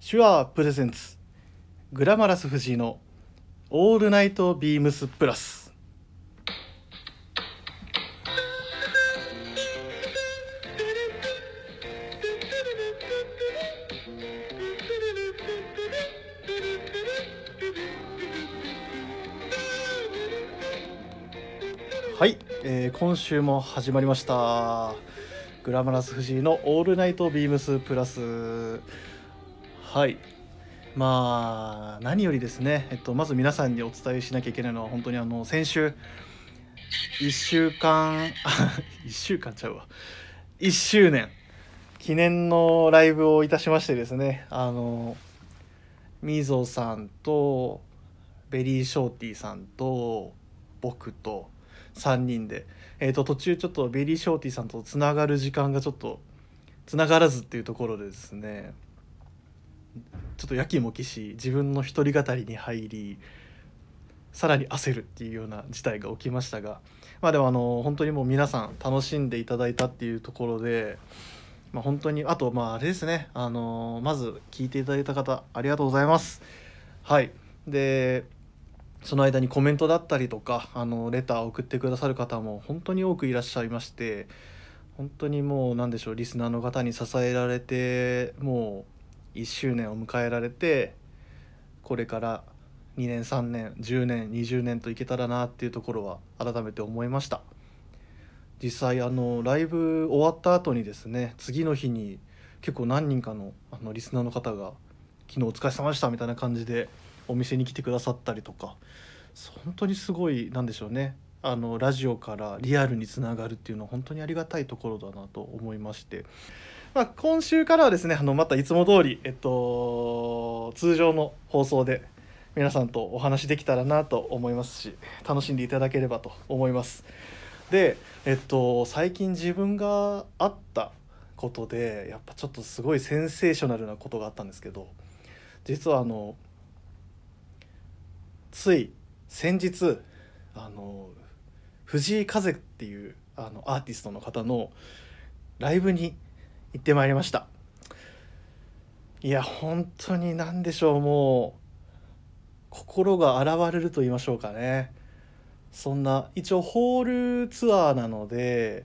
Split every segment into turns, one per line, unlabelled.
手話プレゼンツグラマラス藤井のオールナイトビームスプラスはい、えー今週も始まりましたグラマラス藤井のオールナイトビームスプラスはいまあ何よりですね、えっと、まず皆さんにお伝えしなきゃいけないのは本当にあの先週1週間 あ1週間ちゃうわ1周年記念のライブをいたしましてですねあのみぞさんとベリーショーティーさんと僕と3人で、えっと途中ちょっとベリーショーティーさんとつながる時間がちょっとつながらずっていうところでですねちょっとやきもきし自分の一人語りに入りさらに焦るっていうような事態が起きましたがまあでもあの本当にもう皆さん楽しんでいただいたっていうところで、まあ、本当にあとまああれですねあのまず聞いていただいた方ありがとうございます。はいでその間にコメントだったりとかあのレターを送ってくださる方も本当に多くいらっしゃいまして本当にもう何でしょうリスナーの方に支えられてもう1周年を迎えられてこれから2年3年10年20年といけたらなっていうところは改めて思いました実際あのライブ終わった後にですね次の日に結構何人かのあのリスナーの方が「昨日お疲れ様でした」みたいな感じでお店に来てくださったりとか本当にすごいなんでしょうねあのラジオからリアルにつながるっていうのは本当にありがたいところだなと思いましてまあ、今週からはですねあのまたいつも通りえっと通常の放送で皆さんとお話できたらなと思いますし楽しんでいただければと思いますでえっと最近自分があったことでやっぱちょっとすごいセンセーショナルなことがあったんですけど実はあのつい先日あの藤井風っていうあのアーティストの方のライブに行ってまいりましたいや本当に何でしょうもう心が洗われると言いましょうかねそんな一応ホールツアーなので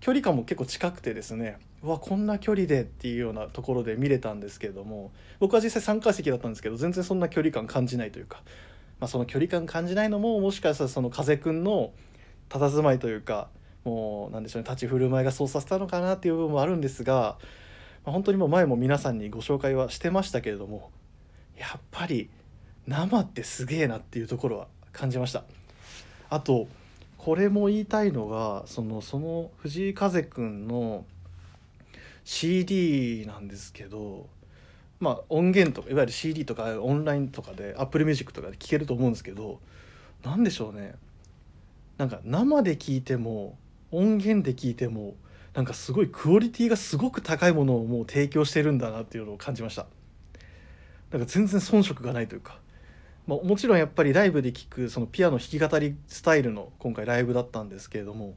距離感も結構近くてですねうわこんな距離でっていうようなところで見れたんですけれども僕は実際3階席だったんですけど全然そんな距離感感じないというか、まあ、その距離感感じないのももしかしたらその風くんの佇まいというかもうなんでしょうね立ち振る舞いがそうさせたのかなっていう部分もあるんですが、まあ本当にもう前も皆さんにご紹介はしてましたけれどもやっぱり生ってすげえなっていうところは感じましたあとこれも言いたいのがそのその藤井風くんの CD なんですけどまあ音源とかいわゆる CD とかオンラインとかで Apple Music とかで聴けると思うんですけど何でしょうねなんか生で聴いても音源で聞いてもなんかすごいクオリティがすごく高いものをもう提供してるんだなっていうのを感じましたなんか全然遜色がないというか、まあ、もちろんやっぱりライブで聴くそのピアノ弾き語りスタイルの今回ライブだったんですけれども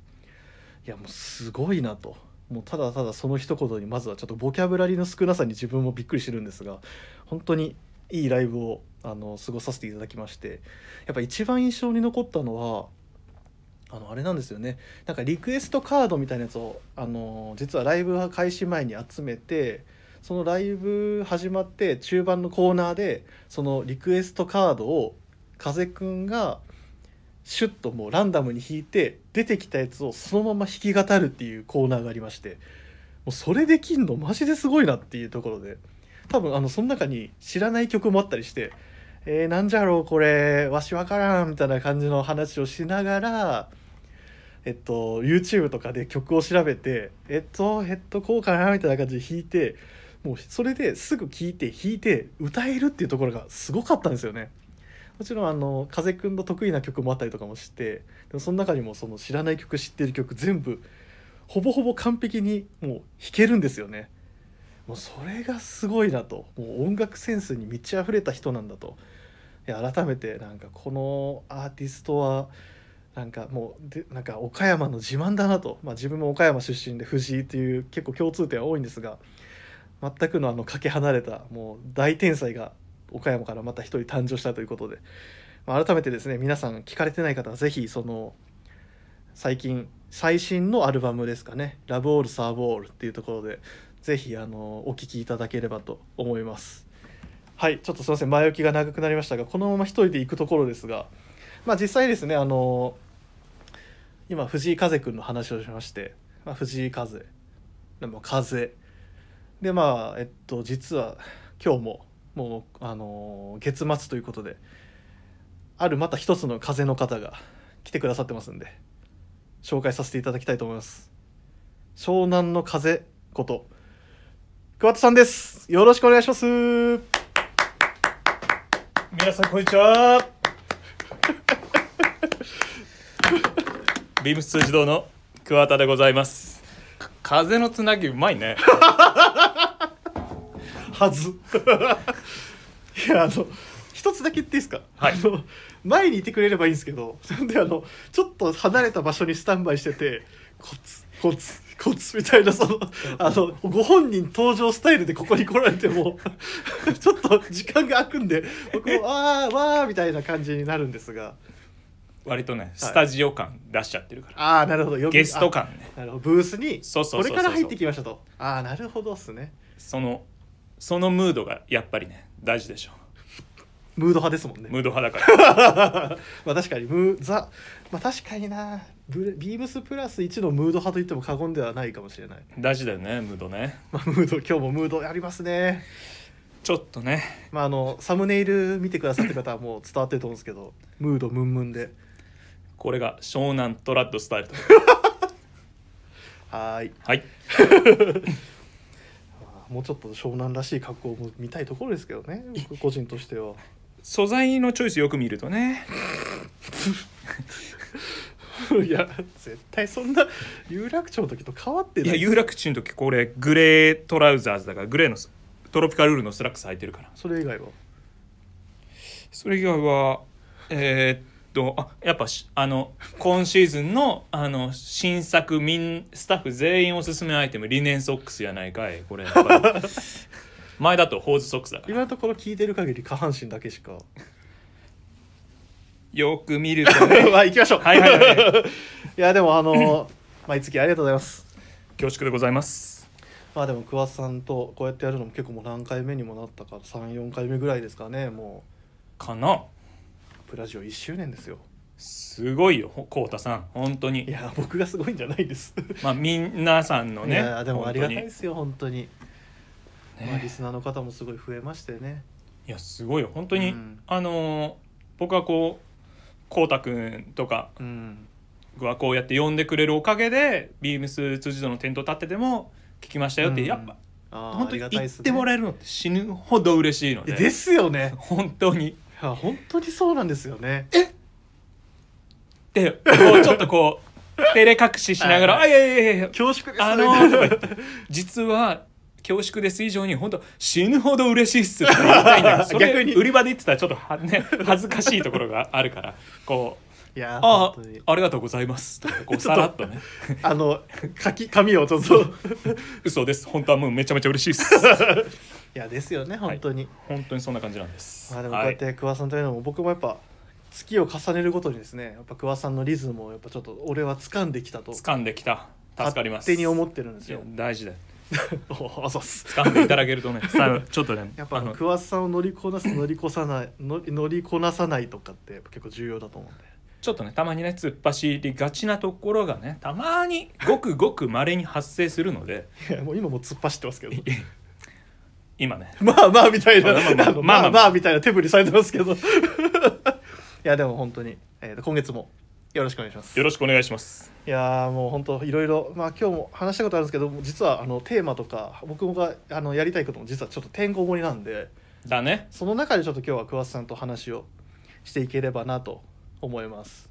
いやもうすごいなともうただただその一言にまずはちょっとボキャブラリーの少なさに自分もびっくりしてるんですが本当にいいライブをあの過ごさせていただきましてやっぱ一番印象に残ったのはあのあれなんですよねなんかリクエストカードみたいなやつを、あのー実はライブ開始前に集めてそのライブ始まって中盤のコーナーでそのリクエストカードを風くんがシュッともうランダムに引いて出てきたやつをそのまま弾き語るっていうコーナーがありましてもうそれできんのマジですごいなっていうところで多分あのその中に知らない曲もあったりして「えー、なんじゃろうこれわしわからん」みたいな感じの話をしながらえっと、YouTube とかで曲を調べて、えっと、ヘッドこうかなみたいな感じで弾いて、もうそれですぐ聴いて弾いて歌えるっていうところがすごかったんですよね。もちろんあの風くんの得意な曲もあったりとかもしてでもその中にもその知らない曲知ってる曲全部ほぼほぼ完璧にもう弾けるんですよねもうそれがすごいなともう音楽センスに満ち溢れた人なんだといや改めてなんかこのアーティストはなんかもうでなんか岡山の自慢だなと、まあ、自分も岡山出身で藤井という結構共通点は多いんですが全くのあのかけ離れたもう大天才が岡山からまた一人誕生したということで、まあ、改めてですね皆さん聞かれてない方はぜひその最近最新のアルバムですかね「ラブオールサーブオール」っていうところでぜひあのお聴きいただければと思いますはいちょっとすいません前置きが長くなりましたがこのまま一人で行くところですがまあ実際ですねあの今藤井風くんの話をしまして、まあ、藤井風でも風でまあえっと実は今日ももうあの月末ということであるまた一つの風の方が来てくださってますんで紹介させていただきたいと思います湘南の風こと桑田さんですよろしくお願いします
皆さんこんにちはビームス通自動の桑田でございますか風のつなぎうまいね
はず いやあの一つだけ言っていいですか、
はい
あの前にいてくれればいいんですけどなんであのちょっと離れた場所にスタンバイしててコツコツコツみたいなそのあのご本人登場スタイルでここに来られても ちょっと時間が空くんで僕も「あーわー」みたいな感じになるんですが
割とねスタジオ感出しちゃってるから、
ああなるほどよく
ゲスト感ね
あなるほどブースに
そうそう
これ
そうそう
から入ってきましたとああなるほどっすね
そのそのムードがやっぱりね大事でしょ
ムード派ですもんね
ムード派だ から
まあ確かにムーザまあ確かになブレビームスプラス1のムード派と言っても過言ではないかもしれない、
大事だよねムードね
まあ、ムード今日もムードありますね
ちょっとね
まああのサムネイル見てくださってる方はもう伝わってると思うんですけどムードムンムンで
これが湘南トラッドス タイルと
はーい
はい
まあもうちょっと湘南らしい格好も見たいところですけどね僕個人としては
素材のチョイスよく見るとね
いや絶対そんな有楽町の時と変わって
い
な
や
い
有楽町の時これグレートラウザーズだからグレーのストロピカルールのスラックス履いてるから
それ以外は
それ以外はえーっとあやっぱしあの今シーズンのあの新作みんスタッフ全員おすすめアイテムリネンソックスやないかいこれやっぱ り前だとホーズソックスだから
今のところ聞いてる限り下半身だけしか
よく見ると ね
まあ行きましょう
はいはいは い
いやでもあの毎月ありがとうございます
恐縮でございます
まあでも桑田さんとこうやってやるのも結構もう何回目にもなったから34回目ぐらいですかねも
かな
うプラジオ1周年ですよ
すごいよこうたさん本当
い
に
や僕がすごいんじゃないです、
まあみんなさんの
い
ね
やでもありがたいで
本
すよ本当に
当に
まあ
ね
リスナーの方もすごい増えましてね
いやすごいよ本当に、
うん
あのー僕はこうこうたくんとか
うん
はこうやって呼んでくれるおかげでビームス辻堂の店頭立ってても聞きましたよって、
うん
やっぱ
あー
本
あ
当
り
に
がたい
言
で
っ
すね
てもらえるのって死ぬほど嬉しいので
ですよね
本当に
いや本当にそうなんですよねえ
でこうちょっとこ う照れ隠ししながら「
は
あいやいやいや いや
恐縮です
あのー」とか言って実は恐縮です以上に本当死ぬほど嬉しいっすって言いたいん だけどそれ
逆に
売り場で言ってたらちょっとは、ね、恥ずかしいところがあるからこう。
いや
あ
本当に
あありがとうございますとかこうさらっとね
あの書き紙をちょっ とい
嘘です本当はもうめちゃめちゃ嬉しいです
やですよね本当に、
本当にそんな感じなんです
まあでもこうやって桑さんというのも僕もやっぱ月を重ねるごとにですねやっぱ桑さんのリズムをやっぱちょっと俺は掴んできたと
はい、掴んできた助かります
勝手に思
っ
ってるんですよ
大事だよ
あ そうっす
掴んでいただける とねさあちょっとね
やっぱあ
あ
の
の
桑さんを乗りこなす乗 りこさないの乗りこなさないとかってやっぱ結構重要だと思うんで
ちょっとねたまにね突っ走りがちなところがねたまにごくごくまれに発生するので
いやもう今もう突っ走ってますけど
今ね
まあまあみたいな
まあまあ
あの
まあまあ
まあまあみたいな手振りされてますけど いやでも本当に、えーと今月もよろしくお願いします
よろしくお願いします
いやーもう本当いろいろまあ今日も話したことあるんですけど実はあのテーマとか僕があのやりたいことも実はちょっとてんこ盛りなんで
だね
その中でちょっと今日は桑田さんと話をしていければなと思います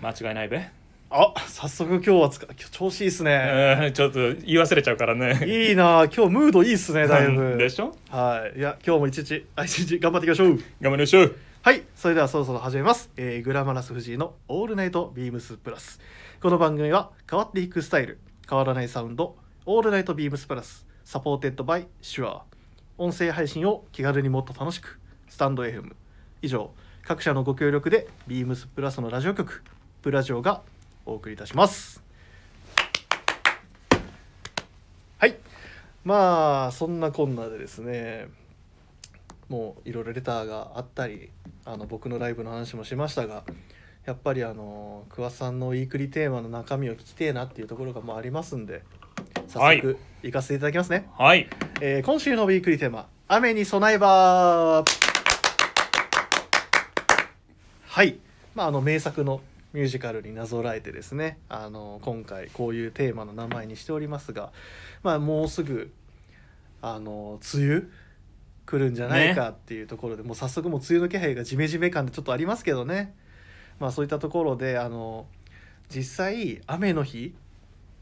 間違いないべ、
あ早速今日はつか今日調子いいっすね、
うん ちょっと言い忘れちゃうからね
いいなあ今日ムードいいっすねだいぶ
でしょ
はいいや今日も一日あ一日頑張っていきましょう
頑張りましょう
はい、それではそろそろ始めます。えーグラマラス藤井のオールナイトビームスプラス。この番組は変わっていくスタイル、変わらないサウンド、オールナイトビームスプラス。サポーテッドバイシュア音声配信を気軽にもっと楽しくスタンド FM 以上各社のご協力でビームスプラスのラジオ局プラジオがお送りいたしますはいまあそんなこんなでですねもういろいろレターがあったりあの僕のライブの話もしましたがやっぱりあの桑田さんのウィークリーテーマの中身を聞きてえなっていうところがもうありますんで
は
早
い
速行かせていただきますね、
はい
えー今週のウィークリーテーマ「雨に備えば」はい、まあ、あの名作のミュージカルになぞらえてですねあの今回こういうテーマの名前にしておりますが、まあ、もうすぐあの梅雨来るんじゃないかっていうところで、もう早速もう梅雨の気配がジメジメ感でちょっとありますけどね、まあ、そういったところであの実際雨の日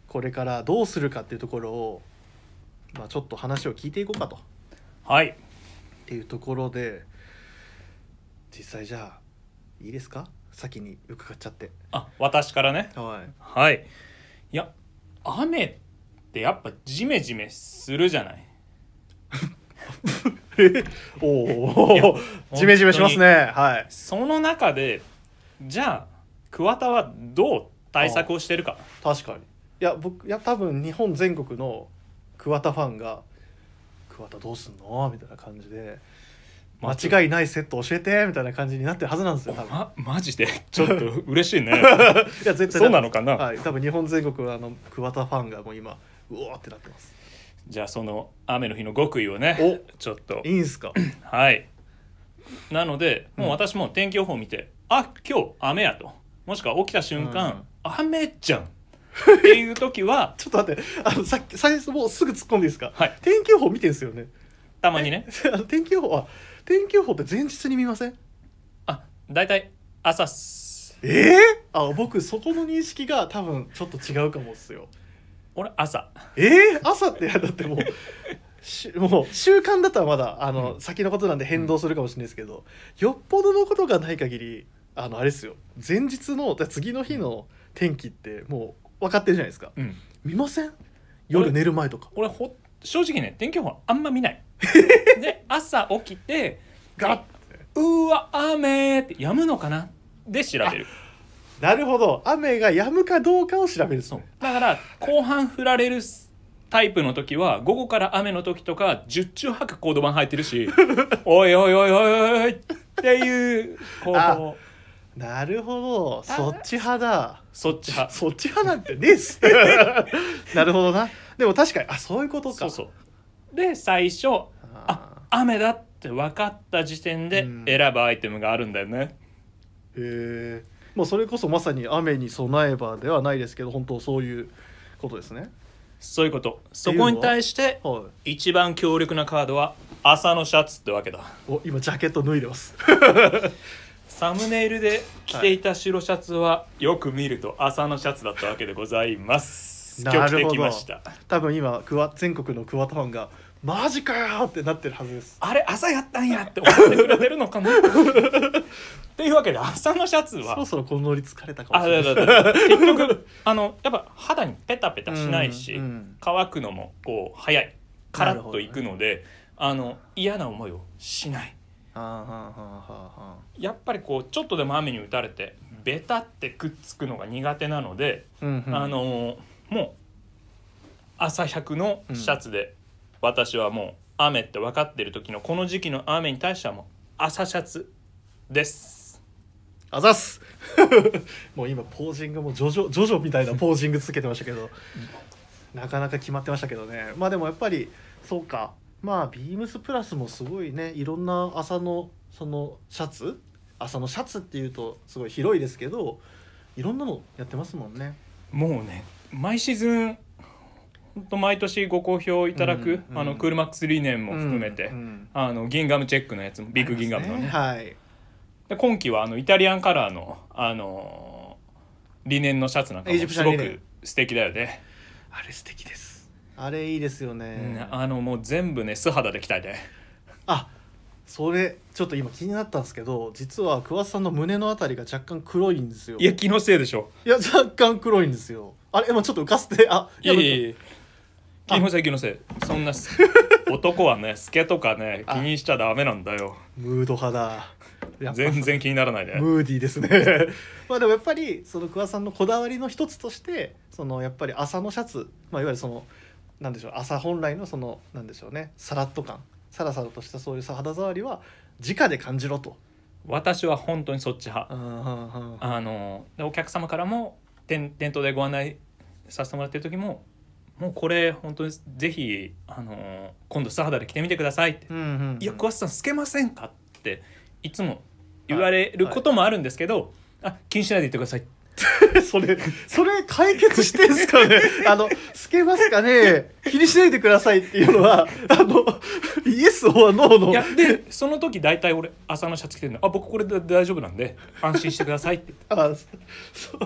これからどうするかっていうところを、まあ、ちょっと話を聞いていこうかと。
はい
っていうところで実際じゃあいいですか先に伺っちゃって
あ私からね
はい
はいいや雨ってやっぱジメジメするじゃない
お
いや
おジメジメしますねはい
その中でじゃあ桑田はどう対策をしてるか
確かにいや僕いや多分日本全国の桑田ファンが「桑田どうすんの?」みたいな感じで「間違いないセット教えて」みたいな感じになってるはずなんですよ多分
ま、マジで ちょっと嬉しい ね
いや絶対
そうなのかな、
はい多分日本全国のあの桑田ファンがもう今うおーってなってます
じゃあその雨の日の極意をねちょっと
いいんすか
はいなのでもううん私も天気予報見て、あ今日雨やともしくは起きた瞬間、雨 じゃんっていう時は
ちょっと待ってあのさっき最初もうすぐ突っ込んでいいですか
はい
天気予報見てんすよね
たまにね
あの天気予報は天気予報って前日に見ません
あ大体朝っす
ええあ僕そこの認識が多分ちょっと違うかもっすよ
俺朝
ええ朝ってだってもうしもう習慣だったらまだあの、
うん
先のことなんで変動するかもしれないですけど、よっぽどのことがない限りあのあれですよ前日のだ次の日の天気ってもう分かってるじゃないですか
うん
見ません夜寝る前とか
俺ほ正直ね天気予報あんま見 ないで朝起きて
ガッ
うーわ雨ってやむのかなで調べる
なるほど雨が止むかどうかを調べるんです
そう
ね
だから後半振られるタイプの時は午後から雨の時とか十中八九コード盤入ってるし おいおいおいおいおいおいっていうこ
あ
う
なるほどそっち派だ
そっち派
そっち派なんてねえっ すなるほどなでも確かにあそういうことか
そうそうで最初
あ
雨だって分かった時点で
うん
選ぶアイテムがあるんだよね、
ーへえもうそれこそまさに雨に備えばではないですけど本当そういうことですね
そういうことそこに対して
は
一番強力なカードは朝のシャツってわけだ
いお今ジャケット脱いでます
サムネイルで着ていた白シャツはよく見ると朝のシャツだったわけでございます。
な
今
るほど
日着てきました。
多分今クワ全国のクワタファンがマジかよってなってるはずです
あれ朝やったんやって思ってくれてるのかなっていうわけで朝のシャツ
そろ
は
そろこのノリ疲れたかも
あ
しれ
だ
ない
だだ結局あのやっぱ肌にペタペタしない し、
うんうん
乾くのもこう早いカラッといくの
な
で、あの嫌な思いをしない。
あーはーはーはーは
やっぱりこうちょっとでも雨に打たれてベタってくっつくのが苦手なので、
ーうんうん
あのーもう朝100のシャツで、私はもう雨って分かってる時のこの時期の雨に対してはもう朝シャツです
あざっすもう今ポージングもジョジョジョジョみたいなポージングつけてましたけどなかなか決まってましたけどねまあでもやっぱりそうかまあビームスプラスもすごいねいろんな朝のそのシャツ朝のシャツっていうとすごい広いですけどいろんなのやってますもんね
もうね毎シーズンほんと毎年ご好評いただく、
うんうん
あのクールマックスリーネンも含めて、
うんうん
あのギンガムチェックのやつもビッグギンガムのね
はい
で今季はあのイタリアンカラーの、あのーリネンのシャツなんかも
エジプシ
す
ャン
ご
リネン
く素敵だよね、
あれ素敵ですあれいいですよ
うん
ね、
あのもう全部ね素肌で着たいで
あそれちょっと今気になったんですけど実は桑田さんの胸のあたりが若干黒いんですよ
いや気のせいでしょ
いや若干黒いんですよあれ今ちょっと浮かせてあ
いやいやいや気のせい気のせいそん なす男はねスケとかね気にしちゃダメなんだよ
ムード派だやっぱ
全然気にならないね
ムーディーですね まあでもやっぱりその桑さんのこだわりの一つとしてそのやっぱり朝のシャツ、まあ、いわゆるそのなんでしょう朝本来のそのなんでしょうねさらっと感さらさらとしたそういうさ肌触りは直で感じろと。
私は本当にそっち派
うんうんうん
あのでお客様からも店店頭でご案内させてもらってる時ももうこれ本当にぜひあの今度素肌で着てみてくださいって
うんうん
「いや桑田さん透けませんか?」っていつも言われることもあるんですけど「あ気にしないでいってください」
それそれ解決してんすか ねあの「透けますかね気にしないでください」っていうのはあのイエス・オア・ノーの
いやでその時大体俺朝のシャツ着てるの「あ僕これで大丈夫な んで安心してください」って
あそそう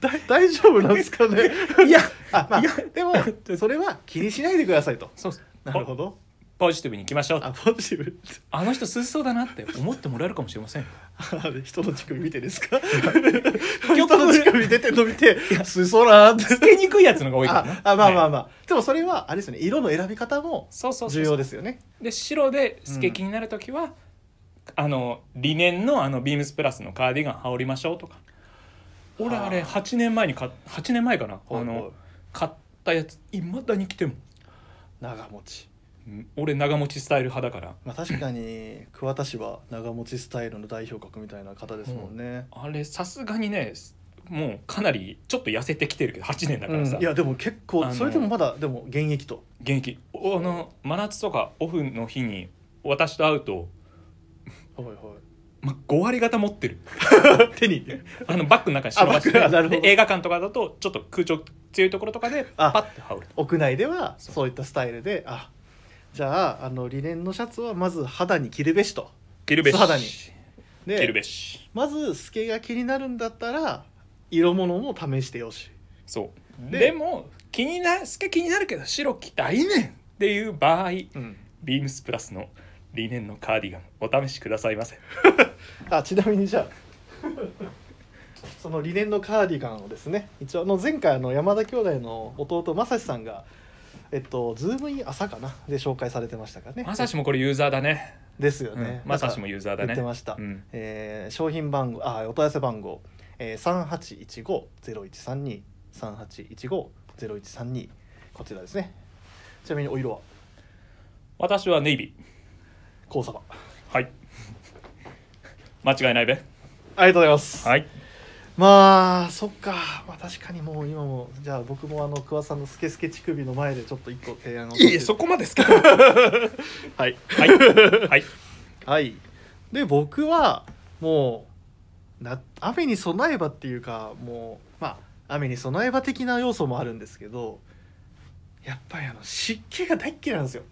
だ大丈夫なんですかね
言っていや
あ、まあ、
いや
でもそれは気にしないでくださいと
そうっす
なるほど
ポポジティブに行きましょう
あポジティブ
あの人涼しそうだなって思ってもらえるかもしれませ んよ
あ人の乳首見てです か人の乳首出てるの見てすいそうだなって
透けにくいやつのが多いから
あ
な
あまあまあ
はい
まあ、でもそれはあれですよね色の選び方も
そうそうそ
重
う
要ですよね
で白で透け気になる時は、あのリネンのあのビームスプラスのカーディガン羽織りましょうとか俺
はあ
あれ8年前に買っ8年前かなあ
はいはい
の買ったやついまだに着ても
長持ち
うん俺長持ちスタイル派だから
まあ確かに桑田氏は長持ちスタイルの代表格みたいな方ですもんね、
あれさすがにねもうかなりちょっと痩せてきてるけど8年だからさ、
うんいやでも結
あ
構
の
それでもまだでも現役と
現役おあの真夏とかオフの日に私と会うと、
はいはい
ま、5割方持ってる
手に
あのバッグの中に忍ばして
あバッグなるほど
で映画館とかだとちょっと空調強いところとかでパ
あ
ッて羽織る
屋内では
そう
そういったスタイルであじゃああのリネンのシャツはまず肌に着るべしと
着るべし
素肌に
着る
で
べし
まず透けが気になるんだったら色物も試してよし
そう
で
でも気になすけ気になるけど白着たいねんっていう場合
うん
ビームスプラスのリネンのカーディガンお試しくださいま せ
あちなみにじゃあそのリネンのカーディガンをですね一応あの前回あの山田兄弟の弟正志さんがえっとズームイン朝かなで紹介されてましたかね
まさしもこれユーザーだね
ですよね
うんまさしもユーザーだね
言ってました
うん
えー商品番号あお問い合わせ番号、えー、3815-0132 3815-0132こちらですねちなみにお色は
私はネイビ
黄サバ
ーはい 間違いないべ
ありがとうございます、
はい
まあそっか、まあ、確かにもう今もじゃあ僕もあの桑さんのスケスケ乳首の前でちょっと一個提案を
こまでですけど は
はい
いはい
はいで僕はもうな雨に備えばっていうかもうまあ雨に備えば的な要素もあるんですけどやっぱりあの湿気が大っ嫌いなんですよ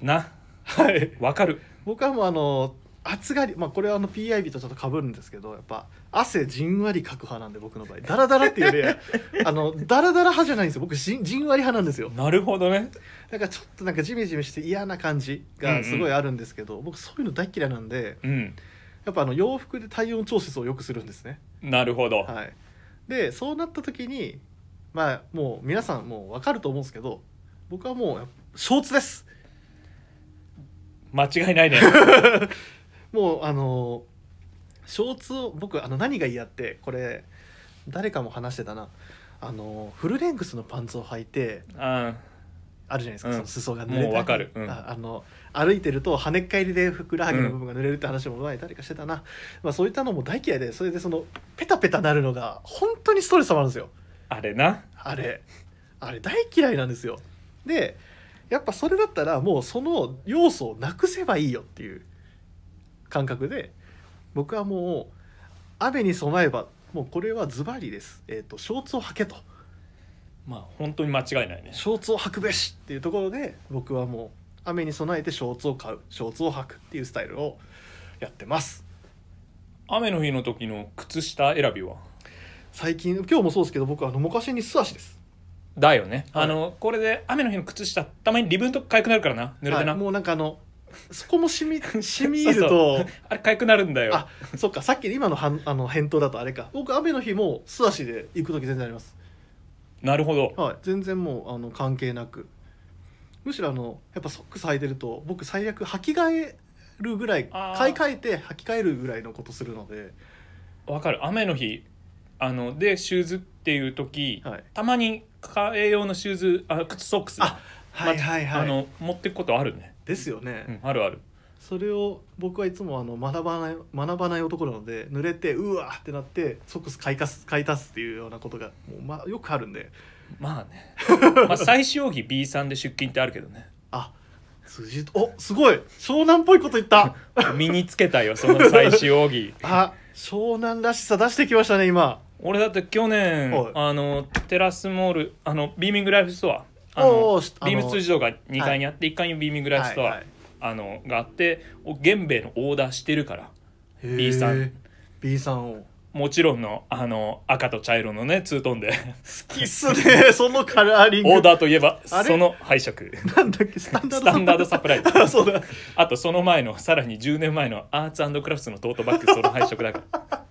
な
はい
わかる
僕はもうあの暑がりまあこれはあの PIB とちょっとかぶるんですけどやっぱ汗じんわりかく派なんで僕の場合ダラダラっていうよりあのダラダラ派じゃないんですよ僕じんじんわり派なんですよ
なるほどね
なんかちょっとなんかジメジメして嫌な感じがすごいあるんですけど、僕そういうの大っ嫌いなんで
うん
やっぱあの洋服で体温調節をよくするんですね
なるほど、
はいでそうなった時にまあもう皆さんもう分かると思うんですけど僕はもうやっぱショーツです
間違いない ね
もうあのショーツを僕あの何が嫌ってこれ誰かも話してたなあのフルレングスのパンツを履いて
あ
あるじゃないですか、
うん
その裾が濡れたり
もうわかるうん
ああの歩いてると跳ねっ返りでふくらはぎの部分が濡れるって話も前に誰かしてたな、まあ、そういったのも大嫌いでそれでそのペタペタなるのが本当にストレス溜まるんですよ
あれな
あれあれ大嫌いなんですよでやっぱそれだったらもうその要素をなくせばいいよっていう感覚で僕はもう雨に備えばもうこれはズバリです、えっとショーツを履けと
まあ本当に間違いないね
ショーツを履くべしっていうところで僕はもう雨に備えてショーツを買うショーツを履くっていうスタイルをやってます
雨の日の時の靴下選びは
最近今日もそうですけど僕はあの昔に素足です
だよね、
はい
あのこれで雨の日の靴下たまにリブンとか痒くなるからな濡れてな、
はいもうなんかあのそこもしみしみ
そ
入る
う
と
そうあれ痒くなるんだよ
あそっかさっきの今のはんあの返答だとあれか僕雨の日も素足で行く時全然あります
なるほど
はい、全然もうあの関係なくむしろあのやっぱソックス履いてると僕最悪履き替えるぐらい
あー
買い替えて履き替えるぐらいのことするので、
わかる雨の日あのでシューズっていう時、
はい、
たまに家営用のシューズあ靴ソックス
あはいはいはい、
あの持ってくことあるね、
ですよね、
うん、あるある
それを僕はいつもあの学ばない学ばない男なので濡れてうわーってなってソックス買いかす買い足すっていうようなことがもう、まあ、よくあるんで
まあね まあ最終日 B さんで出勤ってあるけどね
あ辻とおすごい湘南っぽいこと言 った
身につけたよその最終日
あ湘南らしさ出してきましたね今
俺だって去年、
はい
あのテラスモールあのビーミングライフストアあ
お
の
ーしあの
ビームス通常が2階にあって、1階にビーミングライフストア、
はい
あのがあってお源兵衛のオーダーしてるから
はい
B さん
へー B さんを好
もちろんのあの赤と茶色のねツー トンで
きっすね そのカラーリング
オーダーといえば
あれ
その配色
なんだっけスタンダー
ス
ド
タンダードサプライズ
あ そうだ
あとその前のさらに10年前のアーツクラフトのトートバッ グその配色だから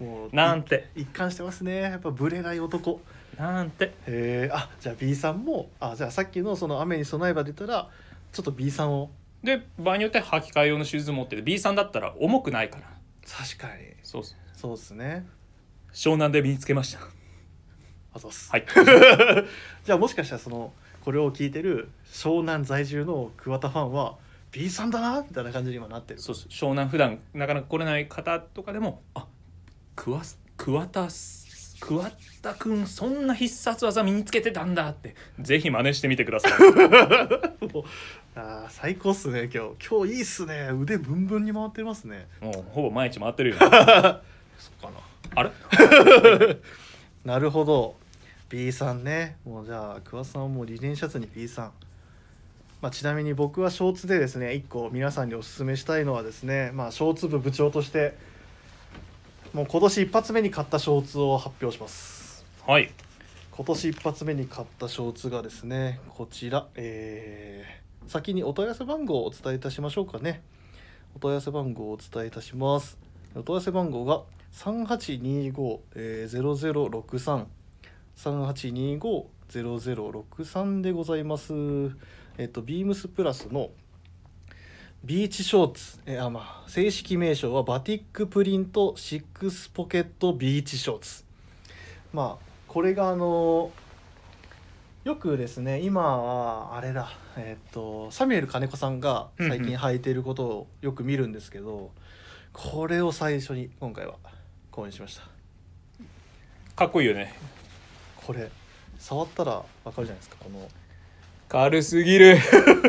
もう
なんて
一貫してますねやっぱブレない男
なんて
へえあじゃあ B さんもあじゃあさっきのその雨に備えばで言ったらちょっと B さんを
で場合によっては履き替え用のシューズ持ってて B さんだったら重くないから
確かに
そうそう
そうですね
湘南で身につけました
あざっす、
はい
じゃあもしかしたらそのこれを聞いてる湘南在住の桑田ファンは B さんだなみたいな感じに今なってる
そうそう湘南普段なかなか来れない方とかでもあ桑桑田す桑田くんそんな必殺技身につけてたんだってぜひ真似してみてください
あー最高っすね今日今日いいっすね腕ブンブンに回ってますね
もうほぼ毎日回ってるよ
そっかな
あれ
なるほど B さんねもうじゃあ桑さんはもうリネンシャツに B さん、まあ、ちなみに僕はショーツでですね1個皆さんにおすすめしたいのはですね、まあ、ショーツ部部長としてもう今年一発目に買ったショーツを発表します
はい
今年一発目に買ったショーツがですねこちらえー先にお問い合わせ番号をお伝えいたしましょうかねお問い合わせ番号をお伝えいたしますお問い合わせ番号が3825-0063 3825-0063でございますえっとビームスプラスのビーチショーツ、えーあまあ、正式名称はバティックプリントシックスポケットビーチショーツまあこれがあのよくですね今はあれだえっとサミュエル金子さんが最
うんう
近
ん
履いていることをよく見るんですけど、これを最初に今回は購入しました
かっこいいよね
これ触ったらわかるじゃないですかこの
軽すぎる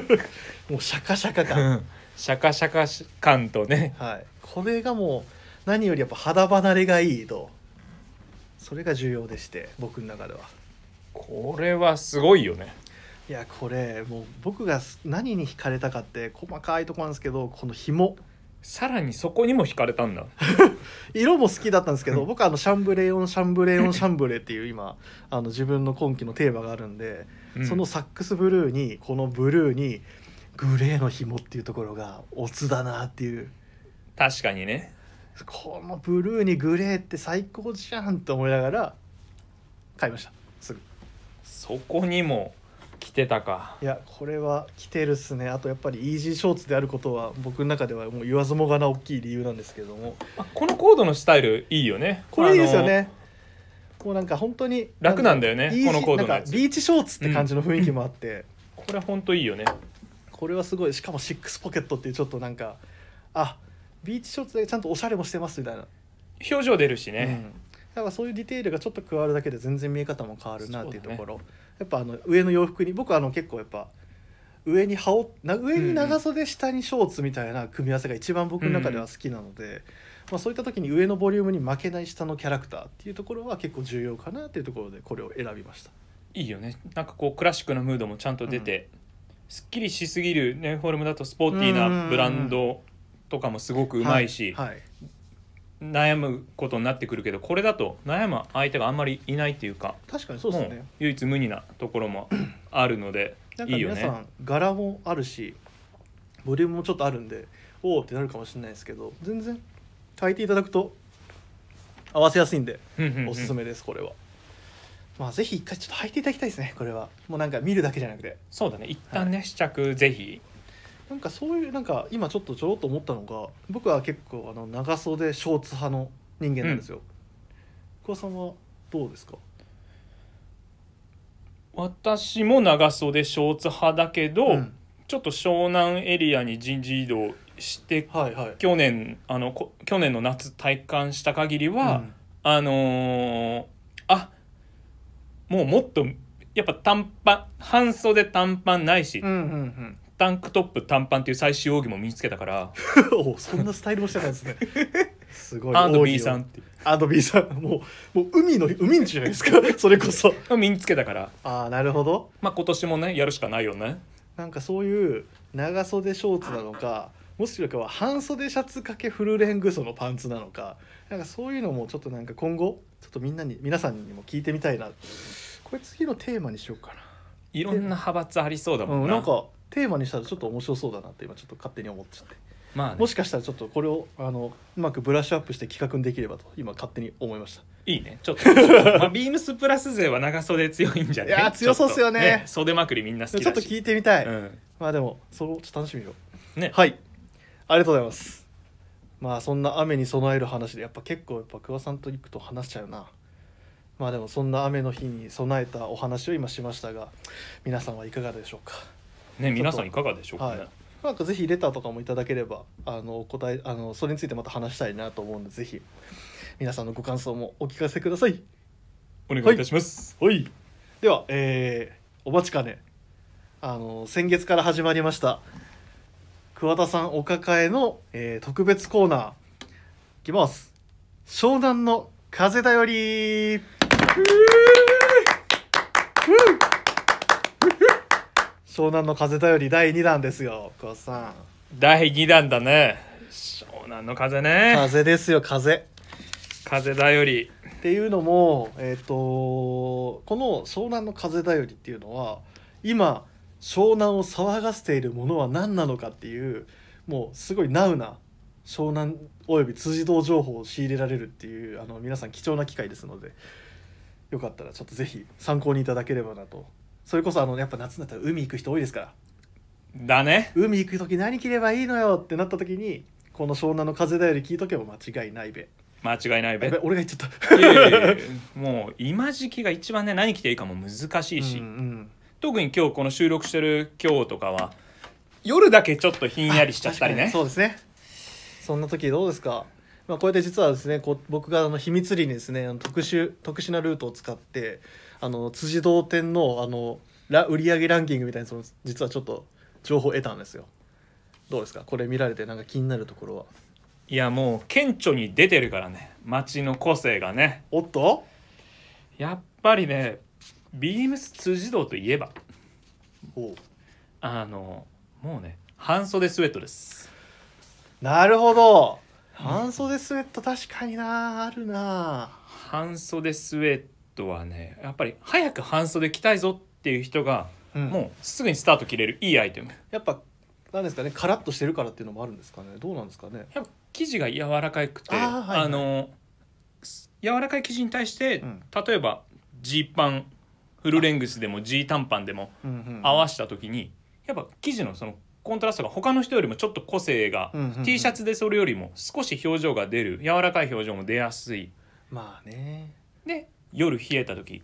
もうシャカシャカ
う
感
んシャカシャカし感とね
はいこれがもう何よりやっぱ肌離れがいいとそれが重要でして僕の中では
これはすごいよね
いやこれもう僕がす何に惹かれたかって細かいとこなんですけどこの紐
さらにそこにも惹かれたんだ
色も好きだったんですけど僕はあのシャンブレーオンシャンブレーオンシャンブレーっていう今あの自分の今期のテーマがあるんで、
うん
そのサックスブルーにこのブルーにグレーの紐っていうところがオツだなっていう
確かにね
このブルーにグレーって最高じゃんと思いながら買いましたすぐ
そこにも来てたか
いやこれは来てるっすねあとやっぱりイージーショーツであることは僕の中ではもう言わずもがな大きい理由なんですけども
あこのコードのスタイルいいよね
これいいですよねもうなんか本当に
楽なんだよね
イージ
このコードの
なん
や
か
つ
ビーチショーツって感じの雰囲気もあって、
これほんといいよね
これはすごいしかもシックスポケットっていうちょっとなんかあビーチショーツでちゃんとおしゃれもしてますみたいな、
表情出るし
う
ね、
ん、だからそういうディテールがちょっと加わるだけで全然見え方も変わるなっていうところ、やっぱあの上の洋服に僕はあの結構やっぱ上に羽織な上に長袖下にショーツみたいな組み合わせが一番僕の中では好きなので、まあ、そういった時に上のボリュームに負けない下のキャラクターっていうところは結構重要かなっていうところでこれを選びました。
いいよねなんかこうクラシックなムードもちゃんと出て、すっきりしすぎるねフォルムだとスポーティーなブランドとかもすごくうまいし、
はいはい
悩むことになってくるけどこれだと悩む相手があんまりいないっていうか
確かにそうです
もう
ね。
唯一無二なところもあるので
なんか
いいよ
皆さん
ね
柄もあるしボリュームもちょっとあるんでおおってなるかもしれないですけど全然炊いていただくと合わせやすいんで
うんうんうん
おすすめですこれは。まあぜひ一回ちょっと履いていただきたいですねこれはもうなんか見るだけじゃなくて
そうだね一旦ね、試着ぜひ
なんかそういうなんか今ちょっとちょろっと思ったのが僕は結構あの長袖ショーツ派の人間なんですよ、久保さんはどうですか
私も長袖ショーツ派だけど、
うん
ちょっと湘南エリアに人事異動して
はいはい
去年あのこ去年の夏体感した限りは、
うん
あのーあもうもっとやっぱ短パン半袖短パンないし、
うんうん
タンクトップ短パンっていう最終奥義も身につけたから
うん おそんなスタイルをしてたんです ねすごい
アンド B
奥義を
さんっていう
アンド B さんもうもう海の海んちじゃないです かそれこそ
のを身につけたから、
ああなるほど
まあ、今年もねやるしかないよね
なんかそういう長袖ショーツなのかもしくは半袖シャツかけフルレングスのパンツなのかなんかそういうのもちょっとなんか今後ちょっとみんなに皆さんにも聞いてみたいなこれ次のテーマにしようか
いろんな派閥ありそうだ
な,、
もん
う
な,、
ん、なんかテーマにしたらちょっと面白そうだなって今ちょっと勝手に思っちゃって
まあね
もしかしたらちょっとこれをあのうまくブラッシュアップして企画にできればと今勝手に思いました
いいねちょ っと、まあ、ビームスプラス勢は長袖強いんじゃない
いやー強そうっすよね
ちょと袖まくりみんな好き
ちょ
だ
っ
し
と聞いてみたい、
うん
まあでもそれをちょっと楽しみよ
ね
はいありがとうございますまあそんな雨に備える話でやっぱ結構やっぱ桑さんと行くと話しちゃうなまあでもそんな雨の日に備えたお話を今しましたが皆さんはいかがでしょうか
ね皆さんいかがでしょうかね、
はいなんかぜひレターとかもいただければあのお答えあのそれについてまた話したいなと思うのでぜひ皆さんのご感想もお聞かせください
お願いいたします、
はいでは、えーお待ちかねあの先月から始まりました桑田さんお抱えの、えー特別コーナーいきます湘南の風だより湘南の風だより第2弾ですよ桑田さん
第2弾だね湘南の風ね
風ですよ風
風だより
っていうのも、えー、とこの「湘南の風だより」っていうのは今湘南を騒がせているものは何なのかっていうもうすごいナウな湘南および辻堂情報を仕入れられるっていうあの皆さん貴重な機会ですのでよかったらちょっとぜひ参考にいただければなとそれこそあのやっぱ夏になったら海行く人多いですから
だね
海行く時何着ればいいのよってなった時にこの湘南の風だより聞いとけば間違いないべ
間違いないべ
やべ俺が言っちゃっ
いやいやいやいやもう今時期が一番ね何着ていいかも難
た
しいし、
うんうん
特に今日この収録してる今日とかは夜だけちょっとひんやりしちゃったり
あ確かに
ね
そうですねそんな時どうですか、まあ、こうやって実はですねこう僕があの秘密裏にですねあの特殊特殊なルートを使ってあの辻堂店のあのラ売上ランキングみたいなその実はちょっと情報を得たんですよどうですかこれ見られてなんか気になるところはい
やもう顕著に出てるからね街の個性がね
おっと
やっぱりねビームス辻堂といえば
おう
あのもうね半袖スウェットです
なるほど半袖スウェット確かになあるな
半袖スウェットはねやっぱり早く半袖着たいぞっていう人が
うん
もうすぐにスタート着れるいいアイテム
やっぱなんですかねカラッとしてるからっていうのもあるんですかねどうなんですかね
やっぱ生地が柔らかくて
あー
あ,、
はいはい
のす柔らかい生地に対して、
うん
例えばジーパンフルレングスでもジー短パンでも合
合
わした時にやっぱ生地のそのコントラストが他の人よりもちょっと個性が、
うんうんうん
T シャツでそれよりも少し表情が出る柔らかい表情も出やすい
まあね
で夜冷えた時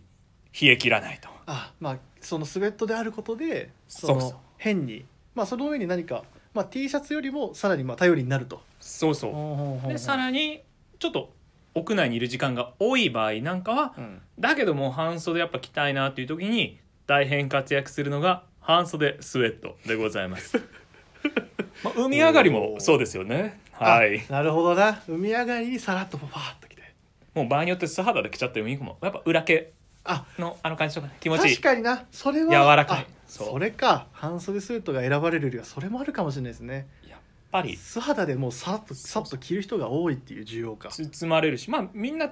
冷え切らないと
あまあそのスウェットであることでそ
そうそう
の変にまあその上に何か、まあ、T シャツよりもさらにまあ頼りになると
そうそ
ほ
うでさ
に、
らにちょっと屋内にいる時間が多い場合なんかは
うん、
だけどもう半袖やっぱ着たいなという時に大変活躍するのが半袖スウェットでござ います。まあ、海上がりもそうですよね。はい。
あなるほどな海上がりにさらっとファーっときて
もう場合によって素肌で着ちゃってもいいかも。やっぱ裏毛
あ
のあの感じとかね気持ちいい
確。かになそれは
柔らかい
あ
そう
それか半袖スウェットが選ばれるよりはそれもあるかもしれないですね
やっぱり
素肌でもうさっとさ
そうそ
っと
う
着る人が多いっていう需要か
包まれるし、まあみんな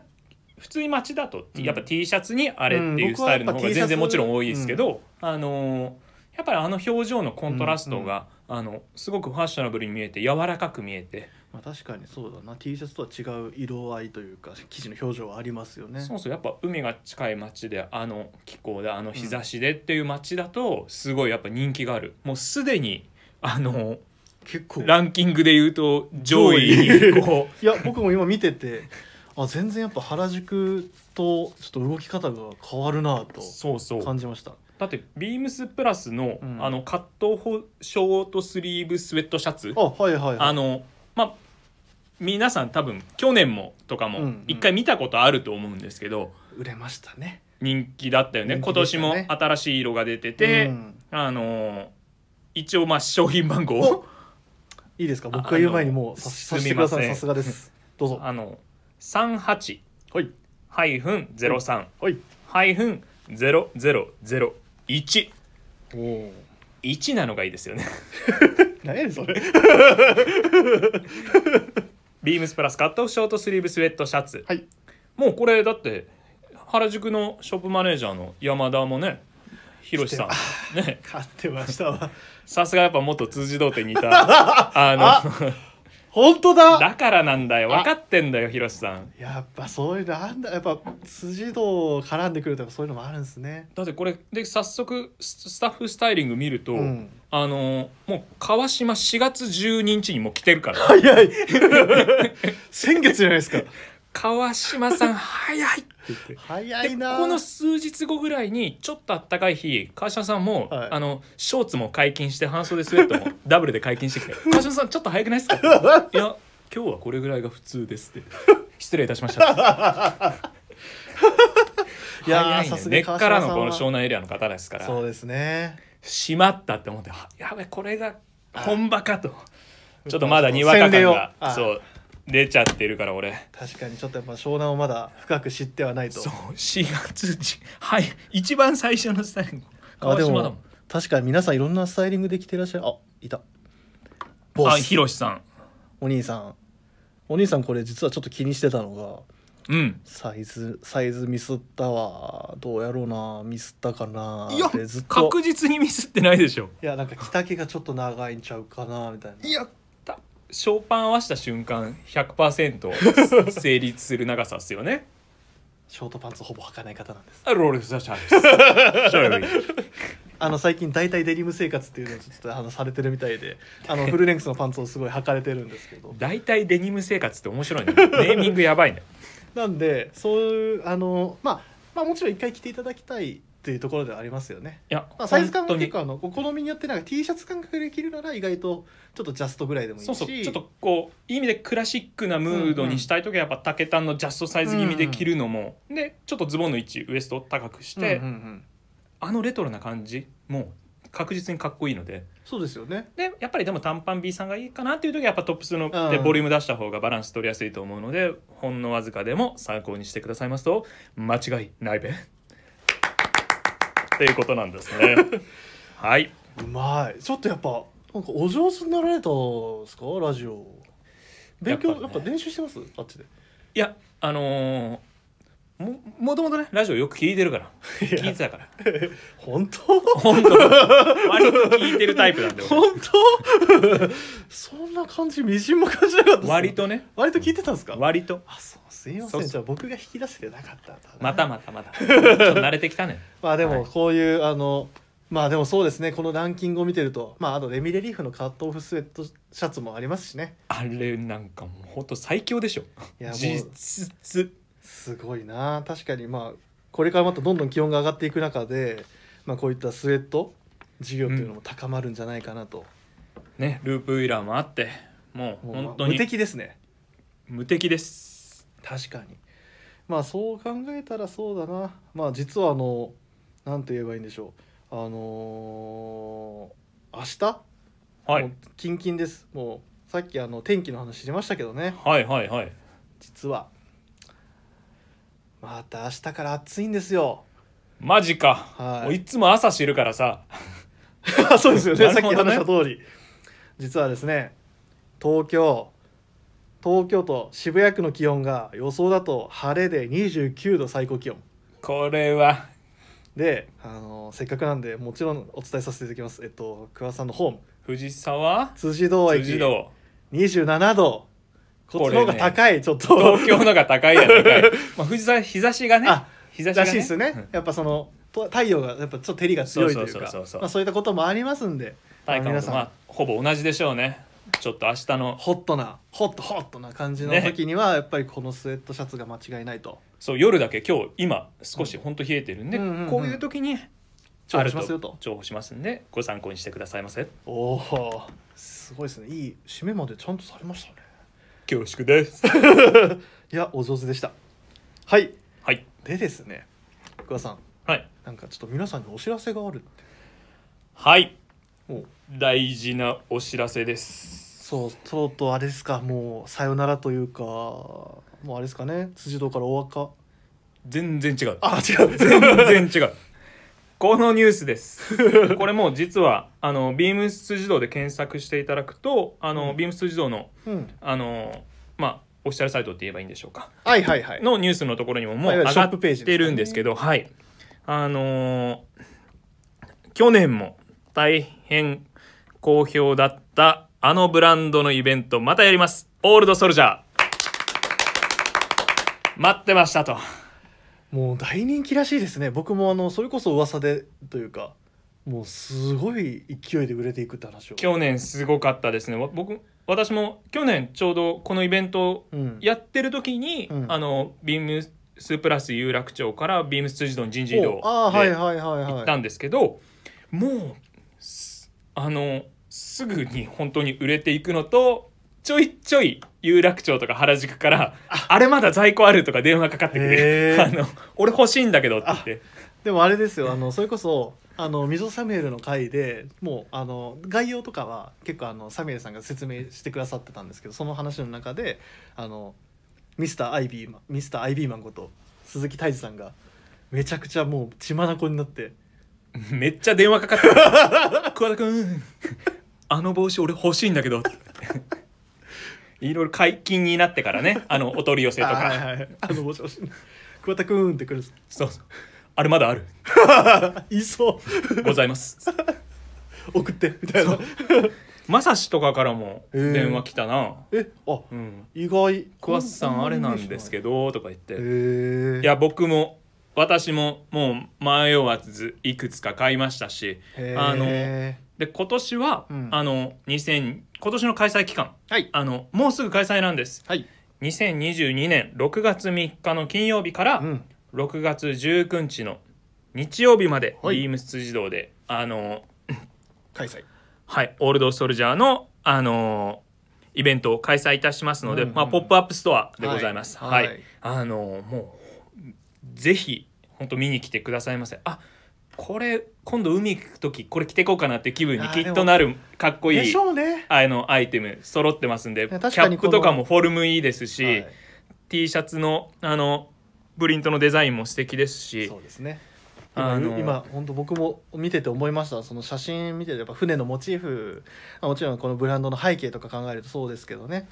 普通に街だと
うん
やっぱ T シャツにあれって
う
い
ん
うスタイルの方
僕は
が
やっぱ T シャツ
全然もちろん多いですけど、あのーやっぱりあの表情のコントラストが、あのすごくファッショナブルに見えて柔らかく見えて
まあ、確かにそうだな T シャツとは違う色合いというか生地の表情はありますよね
そうそうやっぱ海が近い町であの気候であの日差しでっていう町だとすごいやっぱ人気があるもうすでにあの
結構
ランキングで言うと上位 にこ
いや僕も今見ててあ全然やっぱ原宿とちょっと動き方が変わるな
う
と
そうそう
感じました
だってビームスプラスの,、
うん
あのカットホショートスリーブスウェットシャツ
あはいはいはい
あのまあ皆さん多分去年もとか
うんう
も
ん
一回見たことあると思うんですけど、
売れましたね
人気だったよね
人
今
気でし
年
たね
も新しい色が出てて、
うん
あのー一応まあ商品番
お
号を
いいですか
あ
僕が言う前にも
あの
うささしてくださ
すみ
い
ません
さすがですどうぞ
あの38
はい
ハイフン03
はい
ハイフン0001
おお
1なのがいいですよね
何やねんそれ
ビームスプラスカットオフショートスリーブスウェットシャツ
はい
もうこれだって原宿のショップマネージャーの山田もねひろしさんね
買ってましたわ
さすがやっぱ元辻堂店に いたあの
本当だ
だからなんだよ分かってんだよひろしさん
やっぱそういうのあんだやっぱ辻堂絡んでくるとかそういうのもあるんですね
だってこれで早速ススタッフスタイリング見ると、
うん
あのもう川島4月12日にもう来てる から
早い先月じゃないですか
川島さん早いって言って
早
で
いな
この数日後ぐらいにちょっとあったかい日川島さんも、
はい
あのショーツも解禁して半袖スウェット もダブルで解禁してきて「川島さんちょっと早くないですか?」いや今日はこれぐらいが普通です」って「失礼いたしました」
いやー
早いね
さすが
根っ
川
か
島さ
ら
んは
のこの湘南エリアの方ですから
そうですね
しまったって思ってあやべこれが本場かとちょっとまだにわか感が
あ
そう出ちゃってるから俺
確かにちょっとやっぱ湘南をまだ深く知ってはないと
そう4月じはい一番最初のスタイリング
あ
川
で
島だも
も
ん
確かに皆さんいろんなスタイリングできてらっしゃるあいたボ
あ
ス
ひろしさん
お兄さんお兄さんこれ実はちょっと気にしてたのが
うん
サイズサイズミスったわどうやろうなミスったかない
や
ってずっと
確実にミスってないでしょ
いやなんか着丈がちょっと長いんちゃうかなみたいない
やたショーパン合わした瞬間100% 成立する長さですよね
ショートパンツほぼ履かない方なんです
あロールスシャ ーです
あの最近大体デニム生活っていうのをちょっとあのされてるみたいであのフルレンクスのパンツをすごい履かれてるんですけど
大体デニム生活って面白いねネ ーミングやばいね
なんでそういうあの、まあ、まあもちろん一回着ていただきたいっていうところではありますよね、
いや
まあ、サイズ感
本
も
当
結
に
構あのお好みによってなんか T シャツ感覚で着るなら意外とちょっとジャストぐらいでもいいし
そうそうちょっとこういい意味でクラシックなムードにしたい時はやっぱ竹炭のジャストサイズ気味で着るのも、でちょっとズボンの位置ウエストを高くして、
うんうんうん
あのレトロな感じも確実にかっこいいので
そうですよね
でやっぱりでも短パン B さんがいいかなっていう時はやっぱトップスの
うん
でボリューム出した方がバランス取りやすいと思うので、ほんのわずかでも参考にしてくださいますと間違いな いべ。っていうことなんですね。はい、
うまいちょっとやっぱなんかお上手になられたんですかラジオ勉強
や
や
っ
っ,、
ぱね
ぱ練習してますあっちで
いやあのーももともとねラジオよく聞いてるから聞いてたから
本当
本当に割と聞いてるタイプなんで俺
本当 そんな感じみじんも感じなかったっす
割とね
割と聞いてたんですか
割と
あそうすいません
そうそう
じゃあ僕が引き出せてなかったんだな
またまたまたちょっと慣れてきたね
まあで
はい
もこういう、あのまあでもそうですねこのランキングを見てるとまああとレミレリーフのカットオフスウェットシャツもありますしね
あれなんかもうほんと最強でしょ
いやも
実
う
質
すごいな確かにまあこれからまたどんどん気温が上がっていく中で、まあ、こういったスウェット事業というのも高まるんじゃないかなと、
ねループウィラーもあってもう
もう
本当
無
に
敵ですね
無敵です
確かにまあそう考えたらそうだなまあ実はあの何と言えばいいんでしょうあのー明日
はい
もうキンキンですもうさっきあの天気の話しましたけどね
はいはいはい
実はまた明日から暑いんですよ
マジか、
はい
もういつも朝知るからさ
そうですよ
な
ね
る
さっ
ほ
き
どね
話した通り実はですね東京東京都渋谷区の気温が予想だと晴れで29度最高気温
これは
であのせっかくなんでもちろんお伝えさせていただきますえっと桑田さんのホーム
藤沢
辻堂駅
辻堂
27度こっちの方が高い、ちょっと
東京のが高いやないかい、まあ、富士山日差しが ね
あ
日差しが、
らしいですね、やっぱそのと太陽がやっぱちょっと照りが強いという
そうそう
か
そうそう
まあそういったこともありますんで、まあ
体感
皆
温
さ
度
ん、
まあほぼ同じでしょうねちょっと明日の
ホットなホットホットな感じの
ね
時にはやっぱりこのスウェットシャツが間違いないと
そう夜だけ今日今少し本当冷えてるんで、
うんうんうん
こういう時に
重宝しますよと
ある重宝しますんでご参考にしてくださいませ
おおすごいですねいい締めまでちゃんとされましたね
恐縮です
いやお上手でしたはい
はい
でですね福田さん
はい
なんかちょっと皆さんにお知らせがあるって
はい
もう
大事なお知らせです
そうとうとうあれですかもうさよならというかもうあれですかね辻堂からお若
全然違う
あ違う
全然違うこのニュースですこれもう実はあのビームス自動で検索していただくとあ
う
の、
ん
ビームス自動の
うん
あのまあオフィシャルサイトって言えばいいんでしょうか
はいはいはい
のニュースのところにもも
ま
う
あいわゆ
上
るシ
が
ョップ
っ
ページ
てるんですけど、はいあのー去年も大変好評だったあのブランドのイベントまたやりますオールドソルジャー待ってましたと
もう大人気らしいですね僕もあのそれこそ噂でというかもうすごい勢いで売れていくって話を
去年すごかったですねわ僕私も去年ちょうどこのイベントを
うん、
やってる時に、
うん
あのビームスプラス有楽町からビームス辻堂の人事異動
おあーはい
で
はいはいはい
行ったんですけど、もうすあのすぐに本当に売れていくのとちょいちょい有楽町とか原宿から「あれまだ在庫ある」とか電話かかってく
へー
れるあの「俺欲しいんだけど」って言って
でもあれですよあのそれこそあの溝サミュエルの回でもうあの概要とかは結構あのサミュエルさんが説明してくださってたんですけどその話の中であのミスターアイビーマンミスターアイビーマンこと鈴木泰治さんがめちゃくちゃもう血眼になって
めっちゃ電話かかって くる「桑田君あの帽子俺欲しいんだけど」っていろいろ解禁になってからねあのお取り寄せと
あはい
か
はいはいあのもしもし桑田くんってくるんです
そうそうあれまだある
いそ
ござ います
う送ってみたいな
まさしとかからも
へー
電話来たな、
えあ
うん
意外
クワッサンあれなんですけどとか言って、
へえ
いや僕も私ももう迷わずいくつか買いましたしあので今年は、
うん
あの2000今年の開催期間
はい
あのもうすぐ開催なんです
はい
2022年6月3日の金曜日から
うん
6月19日の日曜日まで、
はい
ビームス辻堂であの
開催
はい、オールドソルジャーの、あのーイベントを開催いたしますので、
うんうん
まあ、ポップアップストアでございます。
は
はいい、
はい
あのーもう、ぜひ、本当見に来てくださいませ。あ、これ、今度海行く時、これ着てこうかなって気分にきっとなる、かっこい
で
い
し。ょうね
あのアイテム揃ってますんで
い
キ
や
ャ
確かに
ッ
こ
プ
の
とかもフォルムいいですし、
はい
T シャツのあのプリントのデザインも素敵ですし
そうですね今
あの
今本当僕も見てて思いましたその写真見ててやっぱ船のモチーフまあもちろんこのブランドの背景とか考えるとそうですけどね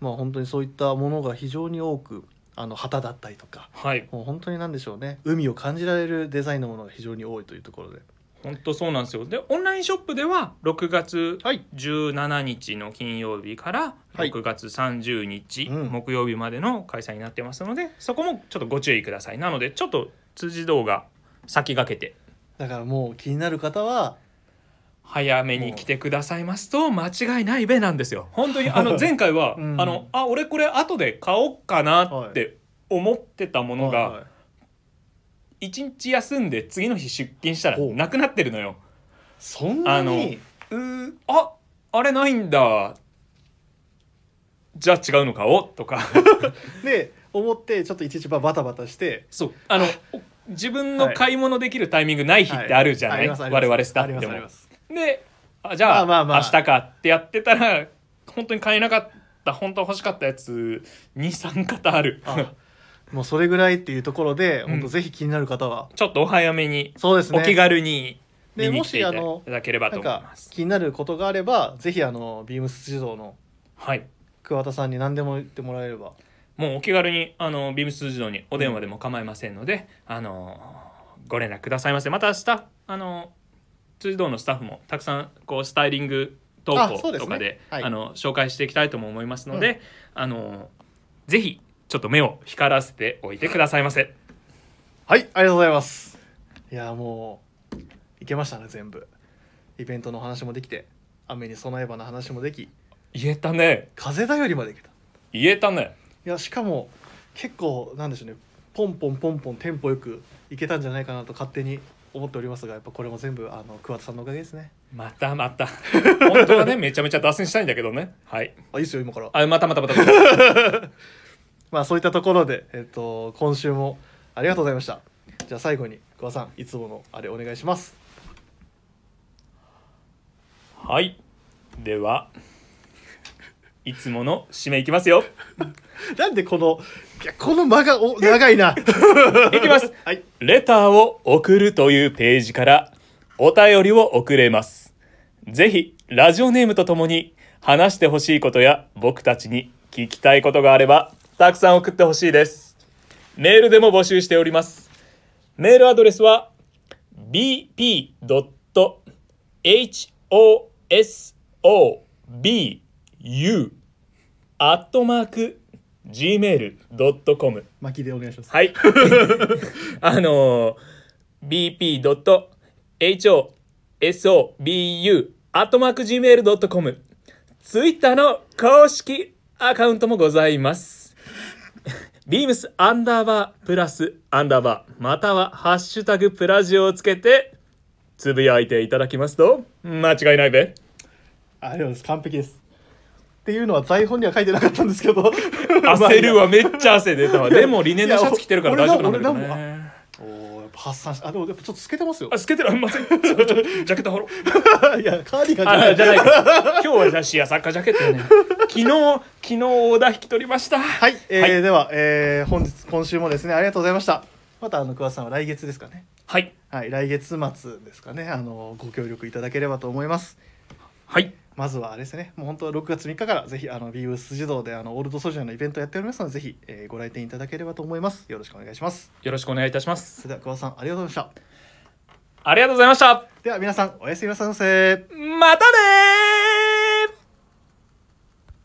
まあ本当にそういったものが非常に多くあの旗だったりとか
はい
もう本当に何でしょうね海を感じられるデザインのものが非常に多いというところで
本当そうなんですよでオンラインショップでは6月
はい
17日の金曜日から
はい
6月30日
うん
木曜日までの開催になってますので、そこもちょっとご注意くださいなのでちょっと辻動画先駆けて
だからもう気になる方は
早めに来てくださいますと間違いないべなんですよ本当に あの前回は、
うん
あのあ俺これ後で買おうかなって思ってたもの
はいは
が
い
1日休んで次の日出勤したら
ほう
なくなってるのよ。
そんなに
うーああれないんだじゃあ違うの買おうとか
で思ってちょっといちいちバタバタして
そうあのお自分の買い物できるタイミングない日ってあるじゃない、
はあります
我々スタ
あり
ッフ
ます
で
あ
も
り。ます
であじゃあ,、
まあまあまあ
明日かってやってたら本当に買えなかった本当は欲しかったやつ23型ある
あもうそれぐらいっていうところで、
うん
本当ぜひ気になる方は
ちょっとお早めに、
そうですね
お気軽に
で
見に来ていた
もしあの
だければ
な
と
ん
思い
か
ます。
気になることがあればぜひあのビームス自動の
はい
桑田さんに何でも言ってもらえれば
もうお気軽にあのビームス自動にお電話でも構いませんので、あのご連絡くださいませまたスタッフあの辻堂のスタッフもたくさんこうスタイリング投
あそ
稿
うです
と
ね
かで
はい
あの紹介していきたいとも思いますので、
う
あのぜひちょっと目を光らせておいてくださいませ。
はい、ありがとうございます。いや、もう、いけましたね、全部。イベントの話もできて、雨に備えばの話もでき、
言えたね
風だよりまでいけた。い
言えたね
や、しかも、結構、なんでしょうね、ポンポンポンポンテンポよくいけたんじゃないかなと勝手に思っておりますが、やっぱこれも全部、あの、桑田さんのおかげですね。
また また本当はねめちゃめちゃ脱線したいんだけどねはい
あ、いいっすよ、今から。
あまたまたまた
まあ、そういったところで、えっと、今週もありがとうございました。じゃあ最後に桑田さんいつものあれお願いします。
はいではいつもの締めいきますよ
なんでこのいやこの間がお長い な。
いきます
はい。
レターを送るというページからお便りを送れます。ぜひ、ラジオネームとともに話してほしいことや僕たちに聞きたいことがあれば、たくさん送ってほしいです。メールでも募集しております。メールアドレスは bp.hosobu.gmail.com
巻きでお願いします。
はい。 あのー、bp.hosobu.gmail.com ツイッターの公式アカウントもございます。 ビームスアンダーバープラスアンダーバーまたはハッシュタグプラジオをつけてつぶやいていただきますと間違いないべ。
あれです完璧です。っていうのは台本には書いてなかったんですけど
焦るわめっちゃ 汗出たわ。でもリネンのシャツ着てるから大丈夫なんだけ
い
ど
や俺
ね。
おーやっぱ発散しあでもやっぱちょっと透けてますよ
あ、。透けてる。あ、まずい。ちょっとちょっとジャケット掘ろう。
いやカーディガンじゃない
あじゃない今日はジャシアサッカージャケットやね昨日昨日オーダー引き取りましたは
はい、えー
はい
では、えー本日今週もですねありがとうございました。またあの桑田さんは来月ですかね。
はい
はい来月末ですかねあのご協力いただければと思います。
はい
まずはあれですね、もう本当は6月3日からぜひあのビームス児童であのオールドソルジャーのイベントやっておりますのでぜひ、えーご来店いただければと思います。よろしくお願いします。
よろしくお願いいたします
それでは桑田さんありがとうございまし
ありがとうございました
た。では皆さんおやすみなさいませ。
またねー